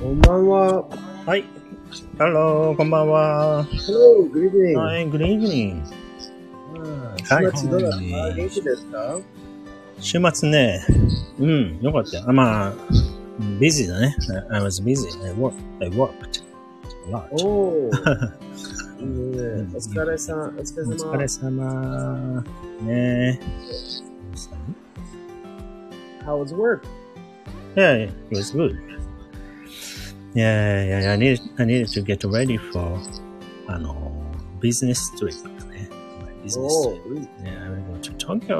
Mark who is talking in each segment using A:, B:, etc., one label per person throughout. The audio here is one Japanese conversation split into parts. A: こんばんは。
B: はい。ハロー、こんばんは。
A: Hello, good evening. い。
B: はい、グリーングリーン。
A: 週末どうだっ
B: は
A: た
B: い
A: 元気ですか
B: 週末ね、うん、よかったよ。あまあ、ビ busy だね。I I was busy. I worked. I worked. A lot.
A: おお。 いいね。お疲れさん。お疲れ
B: お
A: 様。
B: 疲れ様。ねえ。
A: How was work?
B: Yeah, it was good. Yeah, yeah, yeah. I needed, I needed to get ready for, あの、ビジネストリップだね。ビジネスト
A: お
B: リッ
A: お。いい。
B: プ。Yeah, I will go to Tokyo.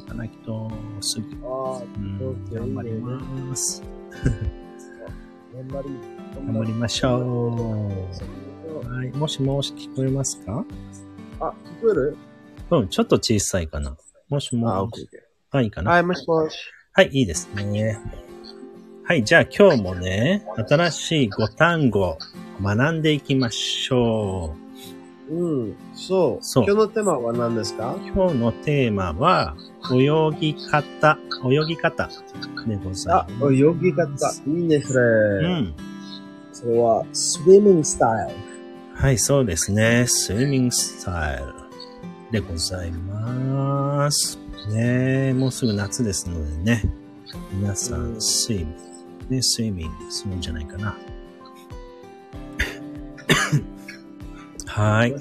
B: 行かないと、すぐ。
A: ああ、
B: うん、頑張ります。
A: 頑張り。
B: 頑張りましょう。はい、もしもし聞こえますか
A: あ、聞こえる
B: うん、ちょっと小さいかな。もしもし。はい、いいかな。
A: はい、もしもし。
B: はい、いいですね。はい、じゃあ今日もね、新しい5単語学んでいきましょう。
A: うん。そう。
B: そう
A: 今日のテーマは何ですか
B: 今日のテーマは、泳ぎ方、泳ぎ方でござ
A: あ
B: い、ます。
A: 泳ぎ方。いいね、それ。
B: う。ん。
A: それは、スイミングスタイル。
B: はい、そうですね。スイミングスタイルでございます。ねえもうすぐ夏ですのでね。皆さ、
A: うんん
B: スイム、ね、スイミングするんじゃない かな。はい。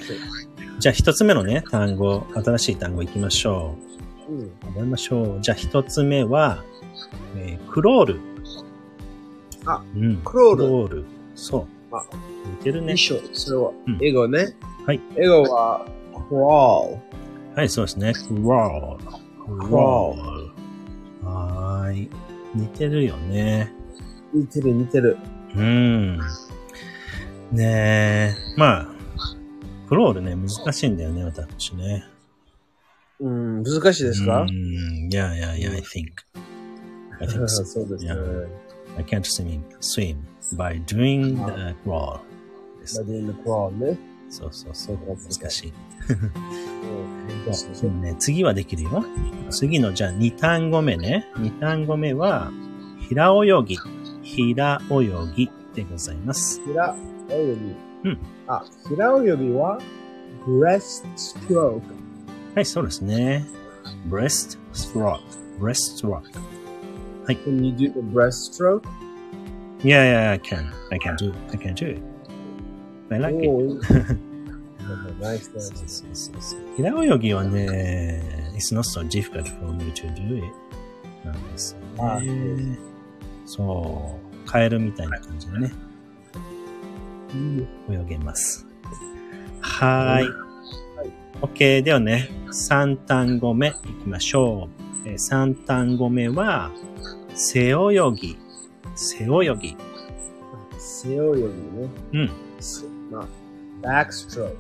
B: じゃあ一つ目のね、単語、新しい単語いきましょ
A: うん。
B: う。覚えましょう。じゃあ一つ目は、えークロール。
A: あ、
B: うん。
A: クロール
B: クロール。そう
A: あ。
B: 似てるね
A: 衣。装、それは
B: うん、
A: 英語ね。
B: はい。
A: 英語は、crawl。
B: はい、そうですね。crawl。
A: crawl
B: はーい。似てるよね。
A: 似てる似てる。
B: うん。ねえ。まあ、クロールね、難しいんだよね、私ね。
A: うん、難しいです
B: う
A: か
B: ん。いやいやいや、I think. I think
A: そ
B: so.
A: うですね。
B: I can't swim, swim by doing the crawl.
A: バディの crawl ね。
B: そうそうそう。難しい。
A: うん
B: でもね、次はできるよ。次の、じゃあ、二単語目ね。二単語目は、平泳ぎ。平泳ぎでございます。
A: 平泳ぎ。
B: うん。
A: あ、平泳ぎは、breast stroke。
B: はい、そうですね。breast stroke. breast stroke.
A: Can you do the breast stroke?
B: Yeah, yeah, I can. I can do. I can do it. I like it.
A: おーいい Okay, nice,
B: そ
A: nice.
B: うそうそうそう平泳ぎはね、it's not so difficult for me to do it. なんです
A: あ
B: よね。そう。カエルみたいな感じでね。泳げます。はーい。OK。ではね、3単語目いきましょう。え3単語目は、背泳ぎ。背泳ぎ。
A: 背泳ぎね。
B: うん。
A: せまあ、バックストローク。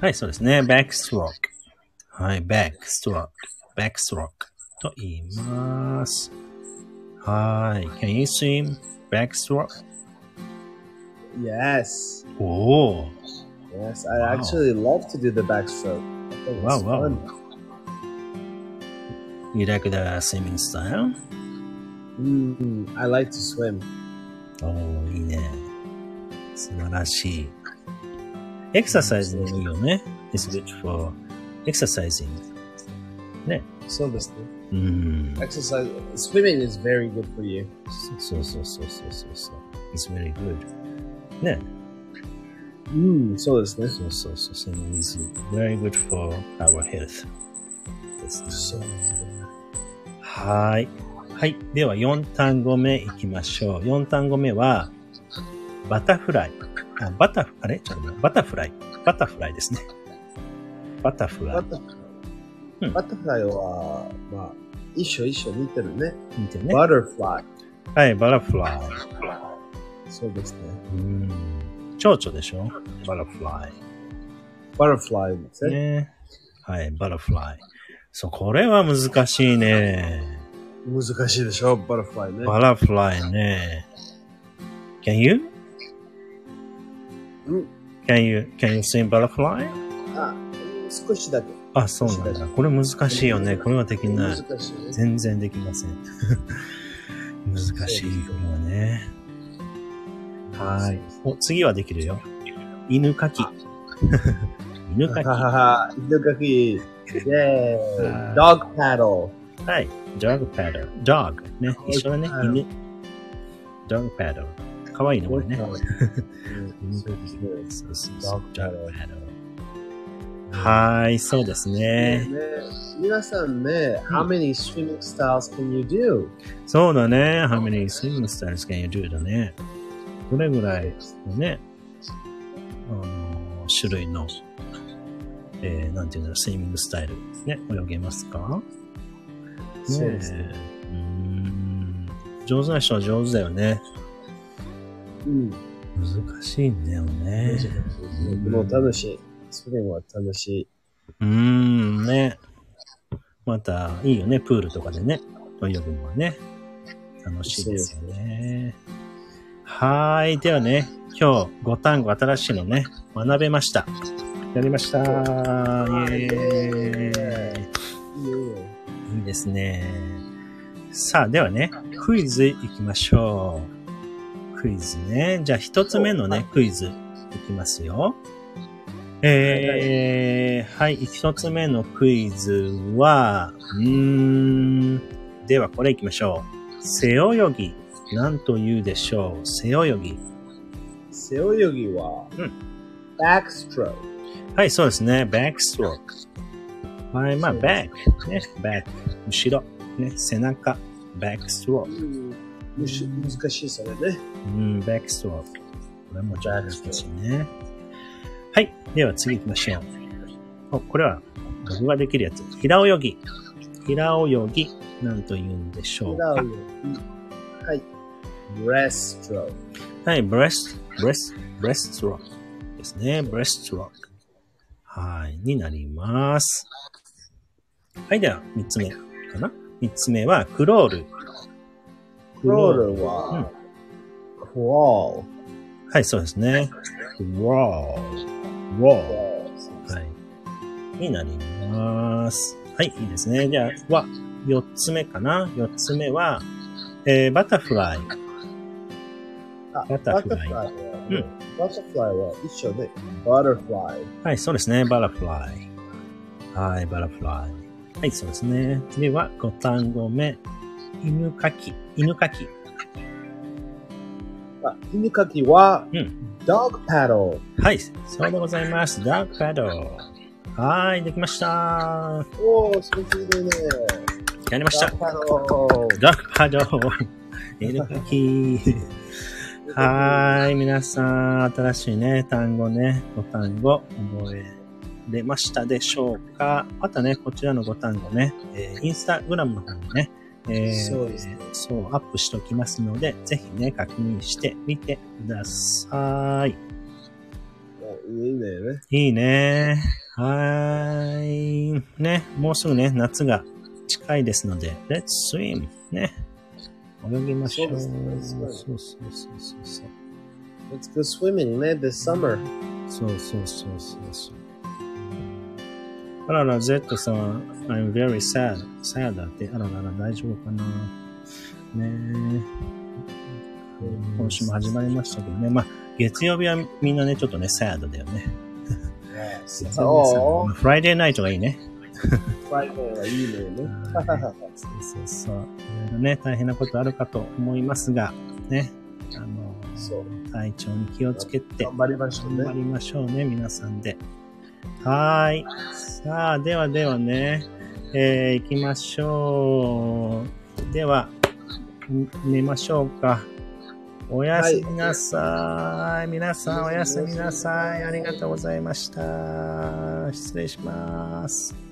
B: はい、そうですね。backstroke はい、backstroke backstroke と言います。はーい。Can you swim? backstroke?
A: Yes.
B: おー。
A: Yes, I
B: Wow.
A: actually love to do the backstroke. I think it's
B: Wow, wow.
A: fun.
B: You like the swimming style?
A: Mm, I like to swim.
B: おー、いいね。素晴らしい。エクササイズもいいよね。It's good for exercising.
A: そうですね。
B: うん。
A: Exercise, swimming is very good for you.
B: そうそうそうそうそうそう。It's very good. ね。
A: うん、そうですね。
B: そうそうそう。Swimming is very good for our health. ですね。
A: そうですね。
B: はーい。はい。では、4単語目いきましょう。4単語目は、バタフライ。あ、バタ、あれちょっと待ってバタフライ。バタフライですね。バタフラ
A: バ
B: イ。
A: タフ
B: う
A: ライ。
B: ん
A: バタフライは、まあ、一緒一緒似てるね。
B: 見てね。
A: バタフライ。
B: はい、バタフライ。
A: そうですね。
B: うん。蝶々でしょバタフラ
A: バタフライです
B: イ。
A: ね。
B: ね。はい、バタフライ。そう、これは難しいね。
A: 難しいでしょ、バタフライね。
B: バタフライね。Can you?
A: うん
B: Can you, can you sing butterfly?
A: あ、少しだけ。
B: あ、そうなんだ。これ難しいよね。これはできない。
A: 難しいね。
B: 全然できません。難しいよね。はい。お、次はできるよ。犬かき。犬かき。
A: はは
B: は
A: は、犬かき。イェーイ。
B: あー
A: ドッグパド
B: い。ジョグパドル。ジョグ。ね。一緒だね。
A: はい
B: 犬。ジョグパドル。かわいいね、
A: ル。
B: これね。
A: うんそうですね。
B: そうそう
A: ジ
B: そ
A: ョ
B: う
A: グ。
B: ジ
A: パ
B: ョ
A: ド
B: グパドル。はい、そうです
A: ね
B: ね。
A: 皆さんね、How many swimming styles can you do?
B: そうだね。How many swimming styles can you do? だね。どれぐらいのね、あの、種類の、えー、なんていうんだろう、スイミングスタイルね、泳げますか
A: そうですね。
B: ねえうーん。上手な人は上手だよね。
A: うん。
B: 難しいんだよね。
A: でも楽しい。それは楽しい。
B: うーん、ね。また、いいよね。プールとかでね。泳ぐのはね。楽しいですよね。はーい。ではね、今日5単語新しいのね、学べました。やりました。イエーイ。
A: いいよ
B: いいですね。さあ、ではね、クイズ行きましょう。クイズね。じゃあ、一つ目のね、クイズいきますよ。えー、はい、一つ目のクイズは、うーん、ではこれ行きましょう。背泳ぎ、なんと言うでしょう。背泳ぎ。
A: 背泳ぎは、
B: うん
A: バックストロー
B: はい、そうですね。バックストローク。はい、まあ、バック。ね、バック。後ろ。ね、背中。バックストローク。
A: ク。むし難しいそれね。
B: うん、バックストローク。これもジャーですしね。はい。では次行きましょう。おこれは僕ができるやつ。平泳ぎ。平泳ぎ。なんと言うんでしょう
A: 平
B: か
A: 泳。ぎ。はい。ブレストローク。
B: はい。ブレス、ブレス、ブレストロークですね。ブレストローク。はい。になります。はい。では、三つ目かな三つ目は、クロール。
A: クロールは、クロ
B: はい、そうですね。クロー
A: ー
B: ル。
A: ル。
B: はい。になります。はい、いいですね。じゃあ、は、四つ目かな四つ目は、えー、バタフライ。
A: あ
B: バタフラ
A: バタフ
B: イ
A: ライは、バタフライは一緒で、バタフライ。
B: はい、そうですね。バタフライ。はい、バタフライ。はい、そうですね。では、五単語目。犬かき。犬かき。
A: あ犬かきは、
B: う
A: ドッグパド
B: はい、そうでございます。ダークパドル。はい、できました。
A: ル。おー、すごすぎるね。
B: やりました
A: ダッ。グパドル。
B: ダークパドル。犬かき。はーい、皆さん、新しいね、単語ね、ご単語、覚えれましたでしょうかまたね、こちらのご単語ね、えーインスタグラムの方にね、えー
A: そうですね
B: そう、アップしておきますので、ぜひね、確認してみてください。
A: いいね。
B: いいね。はーい。ね、もうすぐね、夏が近いですので、Let's swim! ね。泳ぎましょう。
A: そうですね
B: そうそうそうそうそう。
A: Let's go swimming ね、this summer.
B: そうそうそうそうそう。あらら、Z さん、I'm very sad. sad だって、あららら、大丈夫かな。ねえ。今週も始まりましたけどね。まあ、月曜日はみんなね、ちょっとね、sad だよね。
A: Yes.
B: そ
A: お
B: う。フライデーナイトがいいね。
A: ー、フライデーはいいね。
B: そうそうそう。いろいろね、大変なことあるかと思いますが、ね。あの、
A: そう
B: 体調に気をつけて、
A: 頑張りましょう
B: 頑張
A: ね。
B: りましょうね、皆さんで。はーい。さあ、ではではね、えー、行きましょう。では、ん寝ましょうか。おやすみなさい。皆さんおやすみなさい。ありがとうございました。失礼します。